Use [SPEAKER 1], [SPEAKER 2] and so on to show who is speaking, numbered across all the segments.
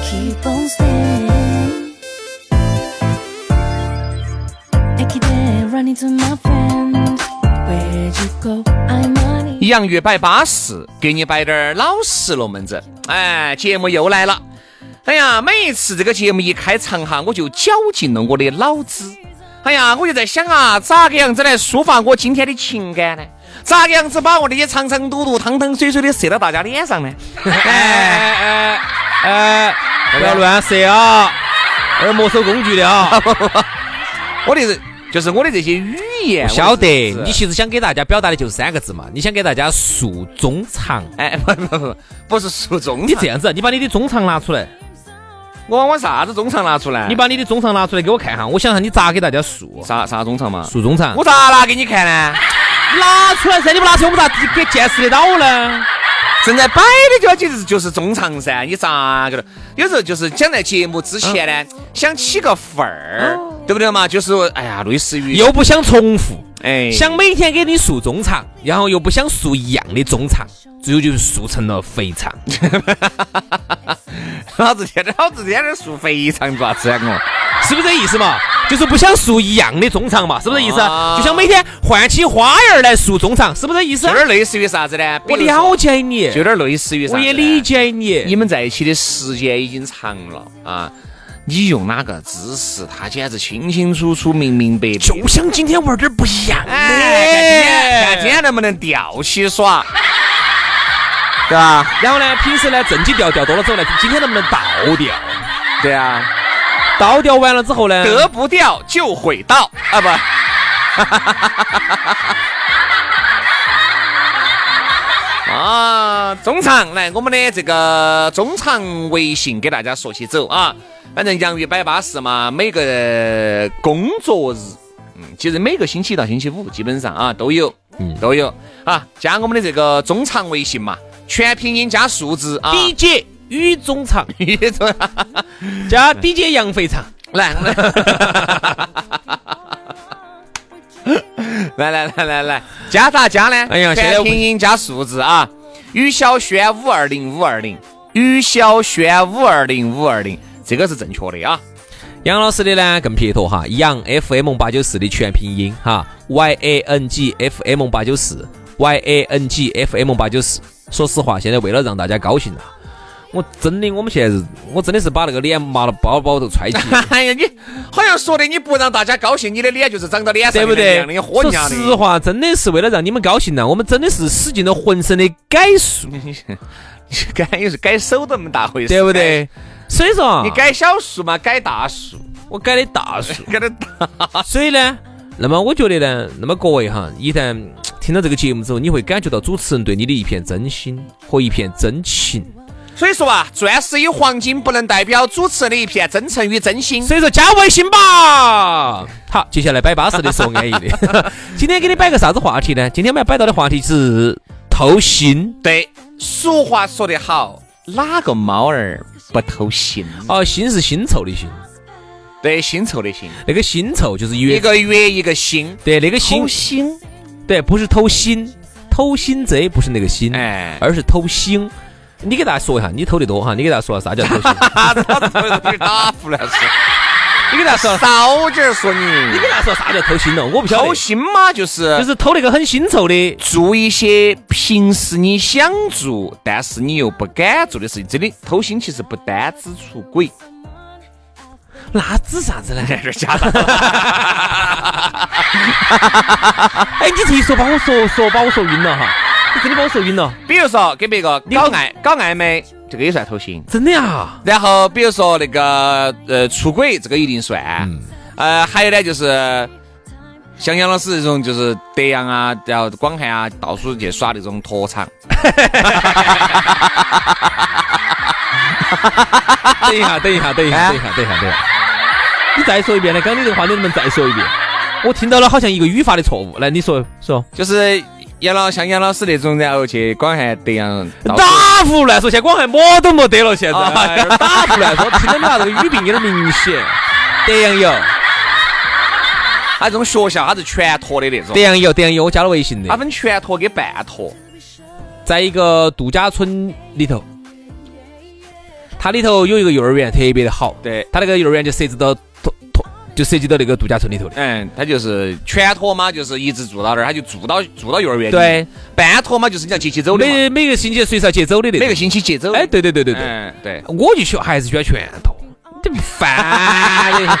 [SPEAKER 1] keep on staying.駅で run into my friend. Where'd you go? I'm on it.
[SPEAKER 2] 洋芋摆巴适，给你摆点儿老实龙门阵。哎，节目又来了。哎呀，每一次这个节目一开场哈，我就绞尽了我的脑子。哎呀，我就在想啊，咋个样子来抒发我今天的情感呢？咋个样子把我那些长长嘟嘟、汤汤水水的射到大家脸上呢？哎哎哎哎，不要乱射啊！
[SPEAKER 3] 这是没收工具的啊！
[SPEAKER 2] 我的人就是我的这些语言，
[SPEAKER 3] 我晓得
[SPEAKER 2] 我，的
[SPEAKER 3] 你其实想给大家表达的就是三个字嘛，你想给大家诉衷肠。
[SPEAKER 2] 哎不不不，不是说中
[SPEAKER 3] 你这
[SPEAKER 2] 样，
[SPEAKER 3] 样子，你把你的衷肠拿出来，
[SPEAKER 2] 我我啥子中场拿出来？
[SPEAKER 3] 你把你的衷肠拿出来给我看哈，我想让你咋给大家诉
[SPEAKER 2] 啥啥中场嘛？
[SPEAKER 3] 诉衷肠。
[SPEAKER 2] 我咋拿给你看呢？
[SPEAKER 3] 拿出来噻，你不拿出来，我们咋给见识得到呢？
[SPEAKER 2] 正在摆的就就是就是中场噻，你咋个了？有时候就是想在节目之
[SPEAKER 3] 嗯
[SPEAKER 2] 前呢，想起个份儿，
[SPEAKER 3] 哦
[SPEAKER 2] 对不对嘛？就是说哎呀，类似于
[SPEAKER 3] 又不想重复，
[SPEAKER 2] 哎，
[SPEAKER 3] 想每天给你诉衷肠，然后又不想诉一样的衷肠，最后就诉成了肥肠。
[SPEAKER 2] 老子天天老子天天说肥肠爪子啊我。
[SPEAKER 3] 是不是这意思嘛？就是不想诉一样的衷肠嘛，是不是这意思？
[SPEAKER 2] 啊
[SPEAKER 3] 就想每天换起花样儿来诉衷肠，是不是这意思啊
[SPEAKER 2] 有？点类似于啥子呢？比
[SPEAKER 3] 我
[SPEAKER 2] 如说
[SPEAKER 3] 了，解你
[SPEAKER 2] 就，有点类似于啥？
[SPEAKER 3] 我也理。解
[SPEAKER 2] 你
[SPEAKER 3] 你。
[SPEAKER 2] 们在一起的时间已经长了啊，你用哪个姿势，他简直清清楚楚、明明白白。
[SPEAKER 3] 就想今天玩点不一样的。
[SPEAKER 2] 哎，看今天看今天能不能吊起耍，对吧？
[SPEAKER 3] 然后呢，平时呢正经调调多了之后呢，今天能不能倒调？
[SPEAKER 2] 对啊，
[SPEAKER 3] 倒调完了之后呢，
[SPEAKER 2] 得不掉就毁到啊不。 啊，中场来，我们的这个中场微信给大家说起走啊。反正洋芋摆巴士嘛，每个工作日，嗯，其实每个星期到星期五基本上啊都有，嗯，都有啊。加我们的这个中场微信嘛，全拼音加数字啊。
[SPEAKER 3] DJ 于中场 加 DJ 杨肥肠，
[SPEAKER 2] 来，我们 来来来来来，加咋加呢？
[SPEAKER 3] 哎呀现在
[SPEAKER 2] 全拼音加数字啊！于小轩五二零五二零，于小轩五二零五二零，这个是正确的啊！
[SPEAKER 3] 杨老师的呢更撇脱哈，杨 FM 八九四的全拼音哈，Y A N G F M 八九四，Y A N G F M 八九四。说实话，现在为了让大家高兴啊，我真的我们现在是，我真的是把那个脸麻了包包头揣 起。
[SPEAKER 2] 哎呀，你好像说的你不让大家高兴，你的脸就是长到脸上
[SPEAKER 3] 对不
[SPEAKER 2] 一
[SPEAKER 3] 对
[SPEAKER 2] 样的？你豁人
[SPEAKER 3] 说
[SPEAKER 2] 家
[SPEAKER 3] 实
[SPEAKER 2] 的。
[SPEAKER 3] 话，真的是为了让你们高兴呢，我们真的是使尽了浑身的解数，
[SPEAKER 2] 改又是改手都那么大回事，
[SPEAKER 3] 对不？ 对？所以说啊，
[SPEAKER 2] 你改小数嘛，改大数，
[SPEAKER 3] 我改的大数，
[SPEAKER 2] 改的大。
[SPEAKER 3] 所以呢，那么我觉得呢，那么各位哈，一旦听到这个节目之后，你会感觉到主持人对你的一片真心和一片真情。
[SPEAKER 2] 所以说啊，钻石与黄金不能代表主持人的一片真诚与真心。
[SPEAKER 3] 所以说加微信吧。好，接下来摆巴适的说安逸的。 今天给你摆个啥子话题呢？今天我们要摆到的话题是偷腥。
[SPEAKER 2] 对，俗话说得好，哪个猫儿不偷腥？
[SPEAKER 3] 哦，腥是腥臭的腥，
[SPEAKER 2] 对，腥臭的腥，
[SPEAKER 3] 那个腥臭就是
[SPEAKER 2] 一
[SPEAKER 3] 越
[SPEAKER 2] 个月一个腥，
[SPEAKER 3] 对那个
[SPEAKER 2] 偷
[SPEAKER 3] 腥
[SPEAKER 2] 腥。
[SPEAKER 3] 对，不是偷腥，偷腥贼不是那个腥，
[SPEAKER 2] 哎
[SPEAKER 3] 而是偷腥。你给大家说一下，你偷的多哈，你给大家说下啥叫偷 腥？
[SPEAKER 2] 哈子打胡乱说，你给他说少点儿说
[SPEAKER 3] 你
[SPEAKER 2] 你。
[SPEAKER 3] 给大家说啥叫偷腥了？我不晓
[SPEAKER 2] 偷
[SPEAKER 3] 得，
[SPEAKER 2] 腥嘛，就是
[SPEAKER 3] 就是偷那个很腥臭的。
[SPEAKER 2] 做一些平时你想做，但是你又不敢做的事情。真的，偷腥其实不单指出轨，
[SPEAKER 3] 那指啥子呢？
[SPEAKER 2] 这是假的。
[SPEAKER 3] 哎，你这一说把我说说把我说晕了哈，你真的把我说晕了，
[SPEAKER 2] 比如说跟别个搞暧搞暧昧，这个也算偷腥。
[SPEAKER 3] 真的呀。
[SPEAKER 2] 然后比如说那个呃出轨，这个一定算。
[SPEAKER 3] 嗯
[SPEAKER 2] 呃，还有呢就是像杨老师这种，就是德阳啊，然后广汉啊，到处去耍那种拖场。
[SPEAKER 3] 等一下，等一下，等一下，等一下，等一下，等一下。你再说一遍来，刚刚你这个话你能不能再说一遍？我听到了，好像一个语法的错误。来，你说说。
[SPEAKER 2] 就是杨老像杨老师那种，然后去广汉、德阳到处
[SPEAKER 3] 打胡乱说，现在广汉么都没得了，现在哎
[SPEAKER 2] 啊有点
[SPEAKER 3] 打胡乱说，听到你娃这个语病有点明 显。德阳有，
[SPEAKER 2] 他这种学校他是全托的那种
[SPEAKER 3] 德，阳有，德阳有，我加了微信
[SPEAKER 2] 他
[SPEAKER 3] 的，
[SPEAKER 2] 分全托跟半托。
[SPEAKER 3] 在一个度假村里头，它里头有一个幼儿园特别的好，
[SPEAKER 2] 对，
[SPEAKER 3] 它那个幼儿园就设置到同同就涉及到那个度假村里头的。
[SPEAKER 2] 嗯，他就是全托嘛，就是一直住到那儿，他就住到住到幼儿园。
[SPEAKER 3] 对，
[SPEAKER 2] 半托嘛，就是你要接起走的嘛，
[SPEAKER 3] 每每个星期随时要接走的那
[SPEAKER 2] 每
[SPEAKER 3] 种
[SPEAKER 2] 个。星期接走。
[SPEAKER 3] 哎，对对对对对。
[SPEAKER 2] 嗯，对，
[SPEAKER 3] 我就喜欢还是喜欢拳头，这不 烦的，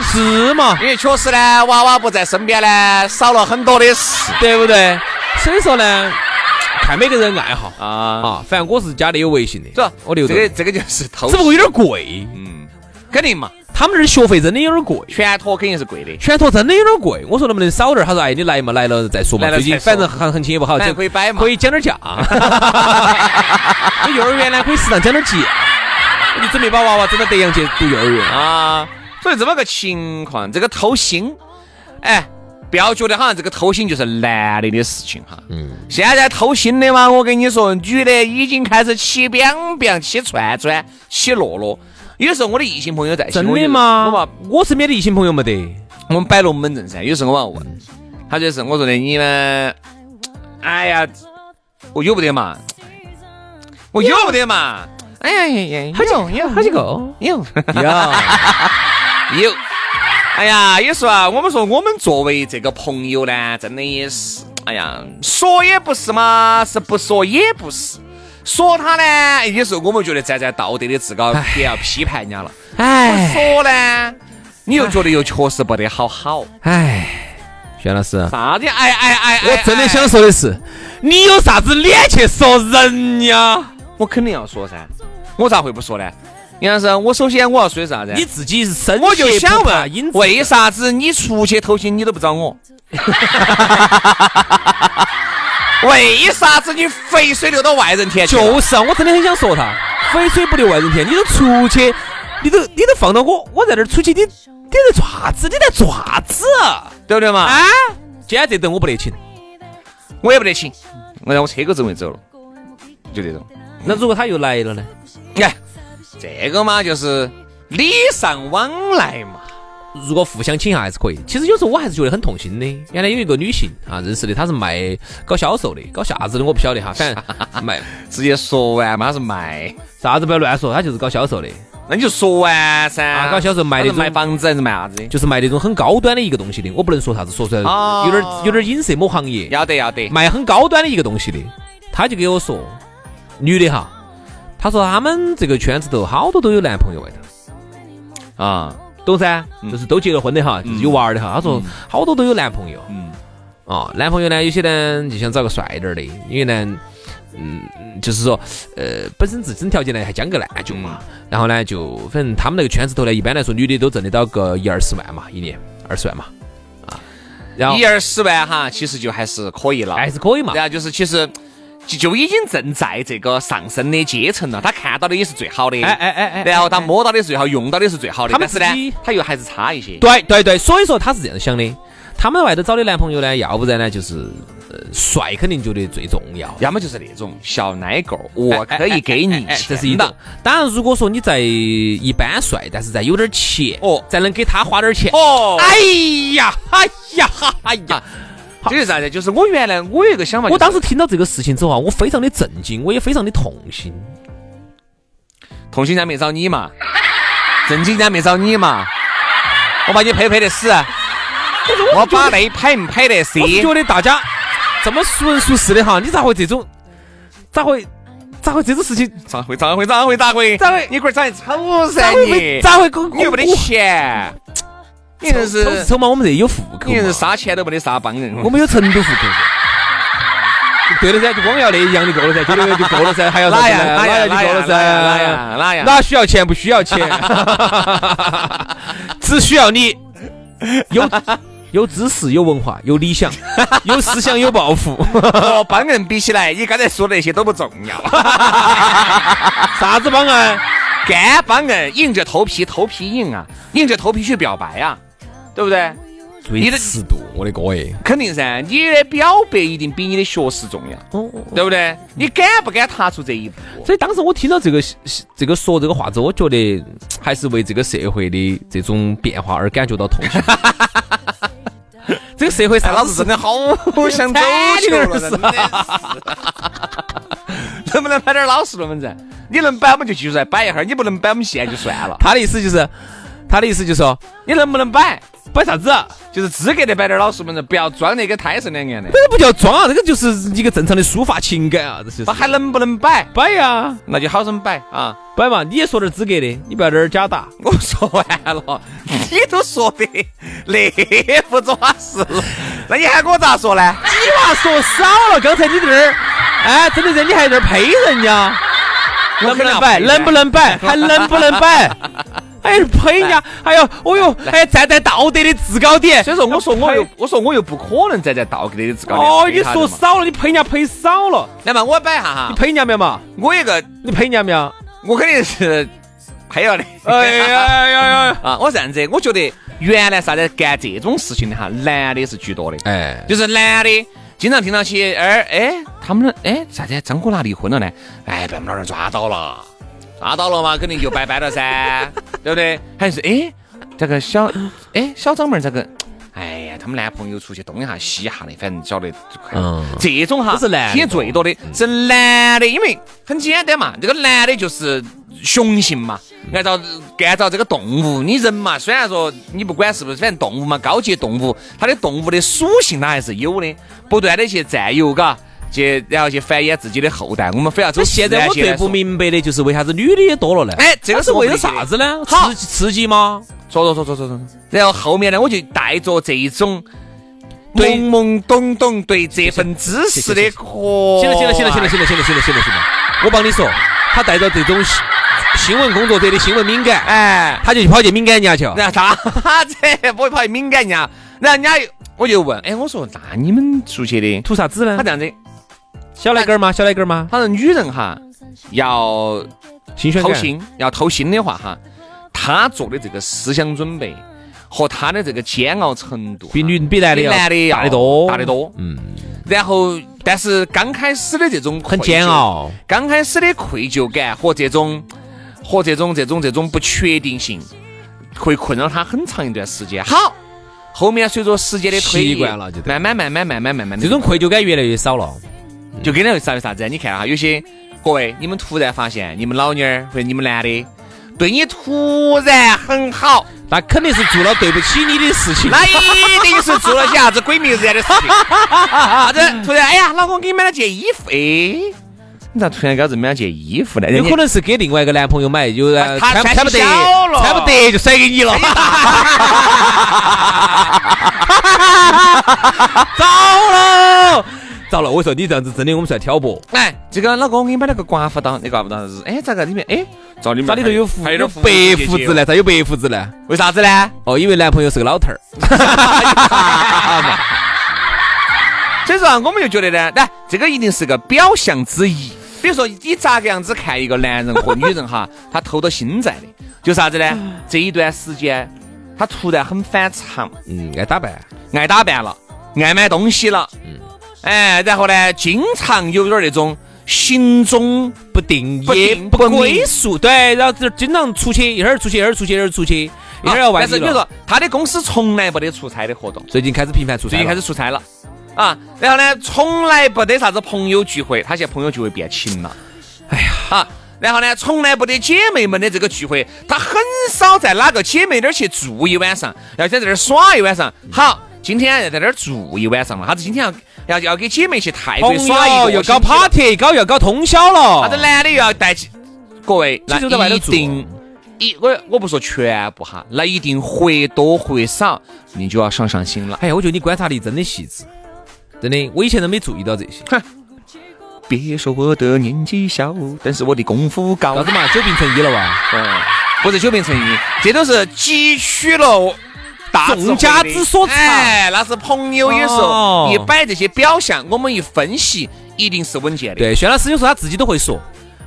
[SPEAKER 3] 是嘛？
[SPEAKER 2] 因为确实呢，娃娃不在身边呢，少了很多的事
[SPEAKER 3] 对不对？所以说呢，看每个人爱好
[SPEAKER 2] 啊。
[SPEAKER 3] 啊，反正我是加的有微信的，
[SPEAKER 2] 这
[SPEAKER 3] 我留着
[SPEAKER 2] 这，个这个就是偷
[SPEAKER 3] 只，不过有点贵，
[SPEAKER 2] 嗯，肯定嘛，
[SPEAKER 3] 他们那儿学费真的有点贵。
[SPEAKER 2] 全托肯定是贵的，
[SPEAKER 3] 拳头真的有点贵，我说能不能少点儿？他说：“哎，你来嘛，来了再说嘛。
[SPEAKER 2] 来了
[SPEAKER 3] 最近
[SPEAKER 2] 再说
[SPEAKER 3] 反正行行情也不好，这
[SPEAKER 2] 反正哦可以摆嘛
[SPEAKER 3] 可以讲 点儿价。你幼儿园呢，可以适当讲点儿价。我就准备把娃娃整到德阳去读幼儿园啊。
[SPEAKER 2] 啊，所以这么个情况，这个偷腥，哎，不要觉得好像这个偷腥就是男的的事情哈。嗯，现在偷腥的嘛，我跟你说，女的已经开始起 biang biang、起串串、起落落。有时候我的异性朋友在一起，
[SPEAKER 3] 真
[SPEAKER 2] 我
[SPEAKER 3] 的
[SPEAKER 2] 就
[SPEAKER 3] 吗？
[SPEAKER 2] 我嘛，
[SPEAKER 3] 我身边的异性朋友没得。
[SPEAKER 2] 我们摆龙门阵噻，有时候啊我要问，他就是我说的你们，哎呀，我有不得嘛，我有不得嘛，哎呀呀呀，有有
[SPEAKER 3] 好几个。
[SPEAKER 2] 有。
[SPEAKER 3] 呀，
[SPEAKER 2] 有。哎呀，也是啊，我们说我们作为这个朋友呢，真的也是，哎呀，说也不是嘛，是不说也不是。说他呢，有时候我们觉得站在道德的制高点要批判人家了；
[SPEAKER 3] 哎
[SPEAKER 2] 说呢，你又觉得又确实不得好好。
[SPEAKER 3] 哎，轩老师，
[SPEAKER 2] 啥子呀？哎哎哎！哎
[SPEAKER 3] 我真的想，说的是，你有啥子脸去说人家？
[SPEAKER 2] 哎我肯定要说噻，我咋会不说呢？杨老师，我首先我要说的是啥子？
[SPEAKER 3] 你自己是生
[SPEAKER 2] 我就
[SPEAKER 3] 气
[SPEAKER 2] 想
[SPEAKER 3] 不怕
[SPEAKER 2] 问，为啥子你出去偷腥你都不找 我？为啥子你肥水流到外人田去了？
[SPEAKER 3] 就是啊，我真的很想说他，肥水不流外人田，你都出去，你都你都放到我，我在那儿出去，你你在做啥子？你在做啥子？
[SPEAKER 2] 对不对嘛？
[SPEAKER 3] 啊？今天这顿我不得请。
[SPEAKER 2] 我也不得请，我让我车狗子没走了，就这种。
[SPEAKER 3] 那如果他又来了呢？
[SPEAKER 2] 哎，这个嘛就是礼尚往来嘛。
[SPEAKER 3] 如果互相请下还是可以。其实有时候我还是觉得很痛心的。原来有一个女性啊，认识的，她是卖搞销售的，搞啥子的我不晓得哈，反正卖
[SPEAKER 2] 直接说完嘛，他是卖，
[SPEAKER 3] 啥子不要乱说，她就是搞销售的，
[SPEAKER 2] 那你就说完噻。
[SPEAKER 3] 啊搞销售卖那
[SPEAKER 2] 他是
[SPEAKER 3] 种
[SPEAKER 2] 卖房子还是卖啥子的？
[SPEAKER 3] 就是卖那种很高端的一个东西的。我不能说啥子，说出来
[SPEAKER 2] 哦
[SPEAKER 3] 有点有点影射某行业，
[SPEAKER 2] 要得要得，
[SPEAKER 3] 卖很高端的一个东西的。她就给我说，女的哈，她说他们这个圈子头好多都有男朋友外头。
[SPEAKER 2] 啊，
[SPEAKER 3] 懂噻，
[SPEAKER 2] 嗯
[SPEAKER 3] 就是都结了婚的哈，就是有娃儿的哈。她说好多都有男朋友，
[SPEAKER 2] 嗯，
[SPEAKER 3] 啊，男朋友呢，有些呢就想找个帅一点儿的，因为呢，嗯，就是说，呃，本身自身条件呢还将个烂就嘛，
[SPEAKER 2] 嗯
[SPEAKER 3] 然后呢，就反正他们那个圈子头呢，一般来说女的都挣得到个一二十万嘛，一年二十万嘛，啊，然后
[SPEAKER 2] 一二十万哎哈，其实就还是可以了。
[SPEAKER 3] 还是可以嘛，
[SPEAKER 2] 然后就是其实就就已经正在这个上升的阶层了，他看到的也是最好的，
[SPEAKER 3] 哎哎哎哎
[SPEAKER 2] 然后他摸到的是最好，用到的是最好的，
[SPEAKER 3] 他们
[SPEAKER 2] 但是呢
[SPEAKER 3] 自己，
[SPEAKER 2] 他又还是差一些。
[SPEAKER 3] 对对对，所以说她是这样想的，他们外头找的男朋友呢，要不然呢就是，呃，帅肯定觉得最重要，
[SPEAKER 2] 要么就是那种小奶狗，我可以给你
[SPEAKER 3] 哎，这是一
[SPEAKER 2] 钱
[SPEAKER 3] 档
[SPEAKER 2] 的。。
[SPEAKER 3] 当然，如果说你在一般帅，但是在有点钱
[SPEAKER 2] 哦
[SPEAKER 3] 再能给他花点钱
[SPEAKER 2] 哦
[SPEAKER 3] 哎呀，哎呀，哎呀
[SPEAKER 2] 啊！这就是啥子？就是我原来我有一个想法，
[SPEAKER 3] 我当时
[SPEAKER 2] 就是
[SPEAKER 3] 听到这个事情之后啊，我非常的震惊，我也非常的痛心。
[SPEAKER 2] 同性恋没找你嘛，正经人没找你嘛，我把你拍拍得死，啊我把那拍不拍得死
[SPEAKER 3] 我？是觉得大家这么熟人熟事的哈，你咋会这种？咋会？咋会这种事情？
[SPEAKER 2] 咋会咋会咋会咋会
[SPEAKER 3] 咋会
[SPEAKER 2] 你龟儿长得丑
[SPEAKER 3] 咋
[SPEAKER 2] 噻
[SPEAKER 3] 会
[SPEAKER 2] 哎你
[SPEAKER 3] 被？咋会跟
[SPEAKER 2] 你又没得钱，你这
[SPEAKER 3] 丑是
[SPEAKER 2] 是
[SPEAKER 3] 丑嘛，我们这里有户口
[SPEAKER 2] 你这是
[SPEAKER 3] 嘛，
[SPEAKER 2] 啥钱都没得啥帮人。
[SPEAKER 3] 我们有成都户口。对了噻，就光要那一样就够了噻，就那个就够了 噻，还要
[SPEAKER 2] 哪
[SPEAKER 3] 啥子
[SPEAKER 2] 样
[SPEAKER 3] 呢
[SPEAKER 2] 哪样
[SPEAKER 3] 哪样就够了噻，
[SPEAKER 2] 哪样哪样哪
[SPEAKER 3] 哪需要钱不需要 钱，只需要你有有知识、有文化、有理想、 有思想、有抱 负。
[SPEAKER 2] 和哦帮人比起来，你刚才说的那些都不重要。
[SPEAKER 3] 啥子帮啊？
[SPEAKER 2] 干帮人硬着头皮头皮硬啊，硬着头皮去表白啊，对不对？
[SPEAKER 3] 注
[SPEAKER 2] 你
[SPEAKER 3] 意
[SPEAKER 2] 的
[SPEAKER 3] 尺度，我的哥耶！
[SPEAKER 2] 肯定噻，你的表白一定比你的学识重要，
[SPEAKER 3] 哦
[SPEAKER 2] 对不对？你敢不敢踏出这一步？
[SPEAKER 3] 所以当时我听到这个这个说这个话之后，我觉得还是为这个社会的这种变化而感觉到痛 心。这个社会啥
[SPEAKER 2] 哎老子真的
[SPEAKER 3] 哎
[SPEAKER 2] 好想走球了，真的是。 能不能摆点老实龙门阵？你能摆我们就继续再摆一会儿，你不能摆我们现在就算了。
[SPEAKER 3] 他的意思就是，他的意思就是说，
[SPEAKER 2] 你能不能摆？
[SPEAKER 3] 摆啥子啊？
[SPEAKER 2] 就是资格的摆点老实龙门阵，不要装那跟胎神两样的。
[SPEAKER 3] 这个不叫装啊，这个就是一个正常的抒发情感啊，这是
[SPEAKER 2] 那还能不能摆？
[SPEAKER 3] 摆呀，
[SPEAKER 2] 那就好生摆啊！
[SPEAKER 3] 摆嘛，你也说点资格的，你不要在这儿假打。
[SPEAKER 2] 我说完了，你都说的那副爪式了，那你喊我咋说呢？
[SPEAKER 3] 你娃说少了，刚才你在这儿，哎，真的在你还在这儿呸人家，能不能摆？能不能摆？还能不能 摆？哎，呸人家！哎呦，哦呦，还站在道德的制高点。
[SPEAKER 2] 所以说，我说我
[SPEAKER 3] 呸
[SPEAKER 2] 又我说我又不可能站在道德的制高点。
[SPEAKER 3] 哦，你说少了，你呸人家呸少了，
[SPEAKER 2] 那么我摆一下哈
[SPEAKER 3] 你，呸人家没有嘛？
[SPEAKER 2] 我一个
[SPEAKER 3] 你呸人家没有？
[SPEAKER 2] 我肯定是配了的。
[SPEAKER 3] 哎呀呀呀！
[SPEAKER 2] 啊，我这样子，我觉得原来啥子干这种事情的哈，男的是居多的，
[SPEAKER 3] 哎，
[SPEAKER 2] 就是男的经常听到起，哎哎，他们哎啥子张哥拿离婚了呢？哎，被我们老儿抓到了，抓到了嘛，肯定就拜拜 了噻，对不对？还是哎这个小哎小张妹儿这个。哎呀，他们男朋友出去东一下西一下的，反正晓得就快乐。
[SPEAKER 3] 嗯
[SPEAKER 2] 这种哈
[SPEAKER 3] 这是男的
[SPEAKER 2] 听最多的
[SPEAKER 3] 嗯
[SPEAKER 2] 是男的，因为很简单嘛，这个男的就是雄性嘛，
[SPEAKER 3] 嗯
[SPEAKER 2] 按照按照这个动物，你人嘛，虽然说你不管是不是，反正动物嘛，高级动物，它的动物的属性它还是有的，不断的去占有，嘎。去，然后去繁衍自己的后代，我们非要走啊
[SPEAKER 3] 那现在我
[SPEAKER 2] 自
[SPEAKER 3] 最
[SPEAKER 2] 然界来说
[SPEAKER 3] 不，明白的就是为啥子女的也多了呢？
[SPEAKER 2] 哎，这个
[SPEAKER 3] 是
[SPEAKER 2] 我
[SPEAKER 3] 为
[SPEAKER 2] 不
[SPEAKER 3] 了
[SPEAKER 2] 理解
[SPEAKER 3] 啥
[SPEAKER 2] 的
[SPEAKER 3] 子呢？
[SPEAKER 2] 好
[SPEAKER 3] 刺激刺激吗？
[SPEAKER 2] 说说说说说说。然后后面呢，我就带着这一种
[SPEAKER 3] 对
[SPEAKER 2] 懵懵懂懂对这份知识的渴望。
[SPEAKER 3] 行了行了行了行了行了行了行了行了行了，我帮你说，他带着这种新新闻工作者的新闻敏感，
[SPEAKER 2] 哎，
[SPEAKER 3] 他就去跑去敏感人家去。
[SPEAKER 2] 然后他这不会跑去敏感人家，然后人家又我就问，哎，我说那你们出去的，
[SPEAKER 3] 图啥子
[SPEAKER 2] 他
[SPEAKER 3] 呢？
[SPEAKER 2] 这样子，
[SPEAKER 3] 小奶儿吗？小奶儿吗？
[SPEAKER 2] 他说女人哈要
[SPEAKER 3] 新鲜
[SPEAKER 2] 偷
[SPEAKER 3] 感。
[SPEAKER 2] 心，要偷心的话哈，他做的这个思想准备和他的这个煎熬程度哈，
[SPEAKER 3] 比女比男的
[SPEAKER 2] 比
[SPEAKER 3] 要
[SPEAKER 2] 男的
[SPEAKER 3] 大得多，
[SPEAKER 2] 大得。多。
[SPEAKER 3] 嗯，
[SPEAKER 2] 然后，但是刚开始的这种
[SPEAKER 3] 很
[SPEAKER 2] 愧疚
[SPEAKER 3] 煎熬，
[SPEAKER 2] 刚开始的愧疚感和这种和这种这种这种不确定性，会困扰他很长一段时间。好，后面随着时间的推移，
[SPEAKER 3] 习惯了就对
[SPEAKER 2] 慢慢慢慢慢慢慢慢地，
[SPEAKER 3] 这种愧疚感越来越少了。
[SPEAKER 2] 就跟那个啥为啥子啊？你看哈，有些各位，你们突然发现你们老妞儿或者你们男的对你突然 很好，
[SPEAKER 3] 那肯定是做了对不起你的事情。
[SPEAKER 2] 那一定是做了些啥子鬼迷日眼的事 情。啥子？突然，哎呀，老公给你买了件衣服，哎，你咋突然给老子买了件衣服呢？
[SPEAKER 3] 有可能是给另外一个男朋友买，有人
[SPEAKER 2] 他
[SPEAKER 3] 穿
[SPEAKER 2] 他
[SPEAKER 3] 穿不得，
[SPEAKER 2] 太小了
[SPEAKER 3] 穿不得就甩给你了。哎糟了，糟了！我说你这样子真的，我们算挑拨。
[SPEAKER 2] 哎，这个老公，我给你买了个刮胡刀，你搞不到啥子？哎，咋个里面？哎，照里面
[SPEAKER 3] 咋里头有胡
[SPEAKER 2] 还有
[SPEAKER 3] 有
[SPEAKER 2] 点
[SPEAKER 3] 白胡
[SPEAKER 2] 哦
[SPEAKER 3] 子？呢？咋有白胡子呢？
[SPEAKER 2] 为啥子呢？
[SPEAKER 3] 哦，因为男朋友是个老头儿。
[SPEAKER 2] 所以说啊，我们就觉得呢，来，这个一定是个表象之一。比如说，你咋个样子看一个男人和女人哈，他偷到心在的，就啥子呢？这一段时间，他突然很反常，
[SPEAKER 3] 嗯，爱打扮。
[SPEAKER 2] 爱打扮了，爱买东西了，哎，然后呢，经常有点那种行踪
[SPEAKER 3] 不定
[SPEAKER 2] 不
[SPEAKER 3] 也
[SPEAKER 2] 定
[SPEAKER 3] 不
[SPEAKER 2] 不明
[SPEAKER 3] 归宿，对，然后就经常出去，一会儿出去，一会儿出去，一会儿出去，一会儿要外
[SPEAKER 2] 但是
[SPEAKER 3] 地
[SPEAKER 2] 比如
[SPEAKER 3] 了。
[SPEAKER 2] 说，他的公司从来没得出差的活动，
[SPEAKER 3] 最近开始频繁出差，
[SPEAKER 2] 最近开始出差了啊。然后呢，从来不得啥子朋友聚会，他现在朋友聚会变勤了。哎呀啊！然后呢，从来不得姐妹们的这个聚会，他很少在哪个姐妹那儿去住一晚上，要在这儿耍一晚上。好，今天在这儿住一晚上了，他子今天要然后要给姐妹去泰国
[SPEAKER 3] 朋
[SPEAKER 2] 耍一
[SPEAKER 3] 友
[SPEAKER 2] 个
[SPEAKER 3] 又
[SPEAKER 2] 星期
[SPEAKER 3] 搞 party，搞又搞通宵了。
[SPEAKER 2] 啥子男的又要带起。各位，那
[SPEAKER 3] 其实在外头
[SPEAKER 2] 一
[SPEAKER 3] 住
[SPEAKER 2] 定一我我不说全部哈，那一定或多或少你就要上上心了。
[SPEAKER 3] 哎呀，我觉得你观察力真的细致，真的，我以前都没注意到这些。
[SPEAKER 2] 别说我的年纪小，但是我的功夫高
[SPEAKER 3] 啥子嘛，久病成医了哇，
[SPEAKER 2] 嗯，不是久病成医，这都是汲取了大智慧的
[SPEAKER 3] 众家之所长
[SPEAKER 2] 哎，那是朋友有时候
[SPEAKER 3] 哦
[SPEAKER 2] 一摆这些表象，我们一分析，一定是稳健的。
[SPEAKER 3] 对，轩老师有时候他自己都会说，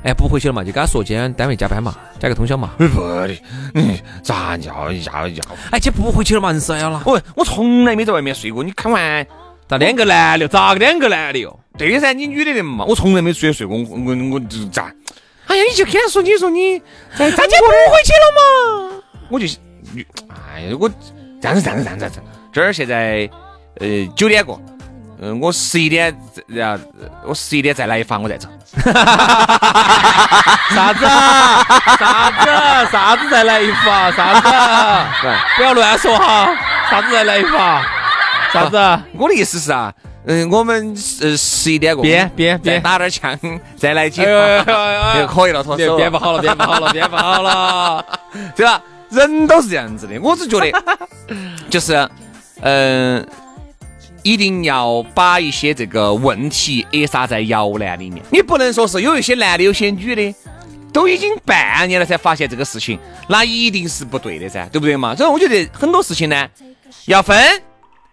[SPEAKER 3] 哎，不回去了嘛，就跟他说今天单位加班嘛，加个通宵嘛。
[SPEAKER 2] 哎，不的，嗯，咋要要要？
[SPEAKER 3] 哎，今天不回去了嘛，硬是要了。
[SPEAKER 2] 我我从来没在外面睡过，你看完。
[SPEAKER 3] 咋两个男的，咋个两个男的哟？
[SPEAKER 2] 对噻，你女的人嘛，我从来没出去睡过，我我我就咋？哎呀，你就跟他说，你说你在咱家不回去了嘛？我就，女哎呀，我这样子这样子这样子这样子，这儿现在呃九点过，嗯、我十一点然后我十一点再来一发，我再走。
[SPEAKER 3] 啥子？啥子？啥子再来一发？啥子？不要乱说哈！啥子再来一发？啥子？
[SPEAKER 2] 我的意思是啊，嗯、我们呃十一点过，
[SPEAKER 3] 别别
[SPEAKER 2] 再
[SPEAKER 3] 别！
[SPEAKER 2] 打点枪，再来几
[SPEAKER 3] 哎呦哎呦
[SPEAKER 2] 发，
[SPEAKER 3] 哎呦哎
[SPEAKER 2] 就
[SPEAKER 3] 呦！
[SPEAKER 2] 可以了，脱手
[SPEAKER 3] 别别
[SPEAKER 2] 了
[SPEAKER 3] 不好了，别不好了，别不好 了！
[SPEAKER 2] 对吧？人都是这样子的，我只 觉得就是，嗯、一定要把一些这个问题扼杀在摇篮里面。你不能说是有一些男的，有些女的，都已经半年了才发现这个事情，那一定是不对的噻，对不对嘛？所以我觉得很多事情呢，要分，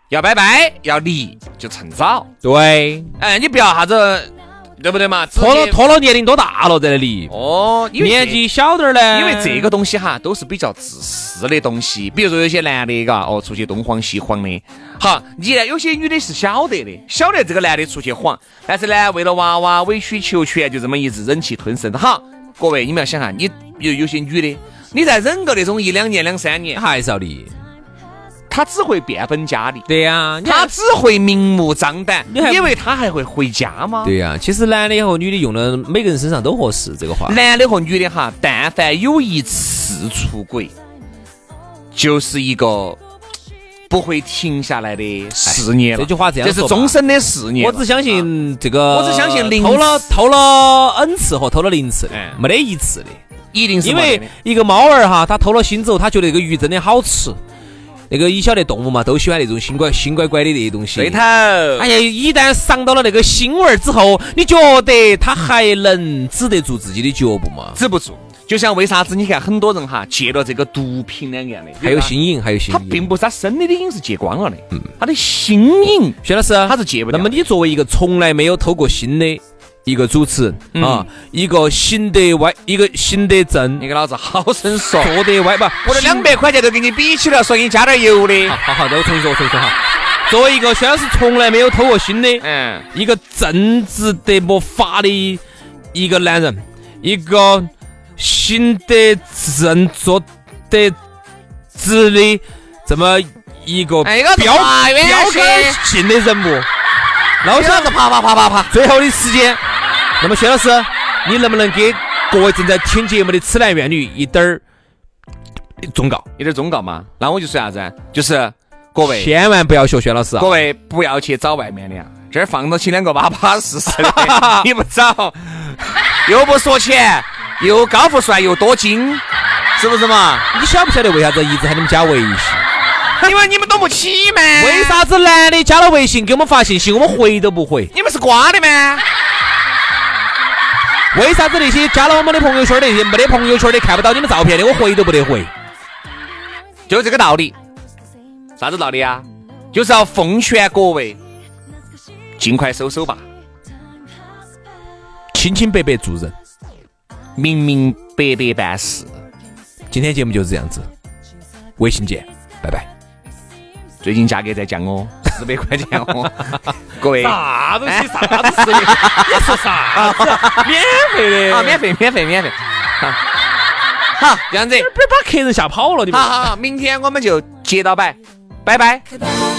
[SPEAKER 2] 要拜拜，要离，就趁早。
[SPEAKER 3] 对，
[SPEAKER 2] 哎，你不要啥子，对不对嘛？直接
[SPEAKER 3] 拖了拖了，年龄多大了再来离？
[SPEAKER 2] 哦，因为
[SPEAKER 3] 年
[SPEAKER 2] 这
[SPEAKER 3] 纪小点儿呢，
[SPEAKER 2] 因为这个东西哈，都是比较自私的东西。比如说有些男的，嘎，哦，出去东晃西晃的。好，你呢？有些女的是晓得的，晓得这个男的出去晃，但是呢，为了娃娃委曲求全，就这么一直忍气吞声。好，各位，你们要想哈，你有有些女的，你再忍个那种一两年、两三年，
[SPEAKER 3] 还是要离。
[SPEAKER 2] 她只会变本加厉，
[SPEAKER 3] 对呀，
[SPEAKER 2] 她只会明目张胆。
[SPEAKER 3] 你还
[SPEAKER 2] 因为她还会回家吗？
[SPEAKER 3] 对呀，其实男的和女的用的每个人身上都合适这个话。
[SPEAKER 2] 男的和女的哈，但凡有一次出轨，就是一个不会停下来的事业了
[SPEAKER 3] 这句话这样
[SPEAKER 2] 哎这是
[SPEAKER 3] 说吧
[SPEAKER 2] 终身的事业了。啊
[SPEAKER 3] 我只相信这个，
[SPEAKER 2] 我只相信零
[SPEAKER 3] 偷了偷了 n 次和偷了零次的
[SPEAKER 2] 哎，
[SPEAKER 3] 没得一次的。
[SPEAKER 2] 一定是
[SPEAKER 3] 因
[SPEAKER 2] 没
[SPEAKER 3] 为
[SPEAKER 2] 得的
[SPEAKER 3] 一个猫儿哈，它偷了心之后，它觉得这个鱼真的好吃。那个你晓得动物嘛，都喜欢那种心乖心乖乖的那些东西。
[SPEAKER 2] 对头。
[SPEAKER 3] 哎呀，一旦尝到了那个腥味儿之后，你觉得它还能止得住自己的脚步吗？
[SPEAKER 2] 止不住。就像为啥子你看很多人哈戒了这个毒品两样的，
[SPEAKER 3] 还有
[SPEAKER 2] 对吧啊
[SPEAKER 3] 新颖，还有新
[SPEAKER 2] 他
[SPEAKER 3] 颖。
[SPEAKER 2] 并不是他生理的瘾是戒光了的，他的心瘾
[SPEAKER 3] 薛老师，啊
[SPEAKER 2] 他是戒不
[SPEAKER 3] 那
[SPEAKER 2] 掉的。
[SPEAKER 3] 么你作为一个从来没有偷过心的一个主持人、
[SPEAKER 2] 嗯
[SPEAKER 3] 啊，一个行得歪，一个行得正
[SPEAKER 2] 你，给老子好生说，
[SPEAKER 3] 坐得歪不？
[SPEAKER 2] 我的
[SPEAKER 3] 行
[SPEAKER 2] 两百块钱都给你比起了，说给你加点油
[SPEAKER 3] 好
[SPEAKER 2] 的。
[SPEAKER 3] 好好，那我重新说，我重新说哈。作为一个薛老师从来没有偷过心的，
[SPEAKER 2] 嗯，
[SPEAKER 3] 一个正直得莫法的一个男人，一个行得正、坐得直的这么一个
[SPEAKER 2] 哎一个
[SPEAKER 3] 标
[SPEAKER 2] 大冤
[SPEAKER 3] 标
[SPEAKER 2] 是
[SPEAKER 3] 杆性的人物，老
[SPEAKER 2] 老
[SPEAKER 3] 想
[SPEAKER 2] 子啪啪啪啪啪。
[SPEAKER 3] 最后的时间，那么薛老师，你能不能给各位正在听节目的痴男怨女一点儿忠告？
[SPEAKER 2] 有点忠告嘛。那我就说啥子啊？就是各位，
[SPEAKER 3] 千万不要学薛老师啊
[SPEAKER 2] 各！位不要去找外面的啊，这儿放到起两个巴巴适适 的，你不找，又不说钱，又高富帅又多金，是不是嘛？
[SPEAKER 3] 你晓不晓得为啥子一直喊你们加微信？
[SPEAKER 2] 因为你们懂不起嘛。
[SPEAKER 3] 为？啥子男的加了微信给我们发信息，我们回都不回？
[SPEAKER 2] 你们是瓜的吗？
[SPEAKER 3] 为啥子那些加了我们的朋友圈的那些没得朋友圈的看不到你们照片的，我回都不得回？
[SPEAKER 2] 就这个道理。啥子道理啊？就是要奉劝各位，尽快收手吧，
[SPEAKER 3] 清清白白做人。
[SPEAKER 2] 明明白白办事。
[SPEAKER 3] 今天节目就是这样子，微信见，拜拜。
[SPEAKER 2] 最近价格在降 哦，四百块钱哦， 各位。
[SPEAKER 4] 啥东西？啥子事情？你说啥子？免费的
[SPEAKER 2] 啊，免费，免费，免费。啊好，这样子，
[SPEAKER 4] 别把客人吓跑了，你
[SPEAKER 2] 好好好，明天我们就接到摆，拜拜。
[SPEAKER 1] Goodbye.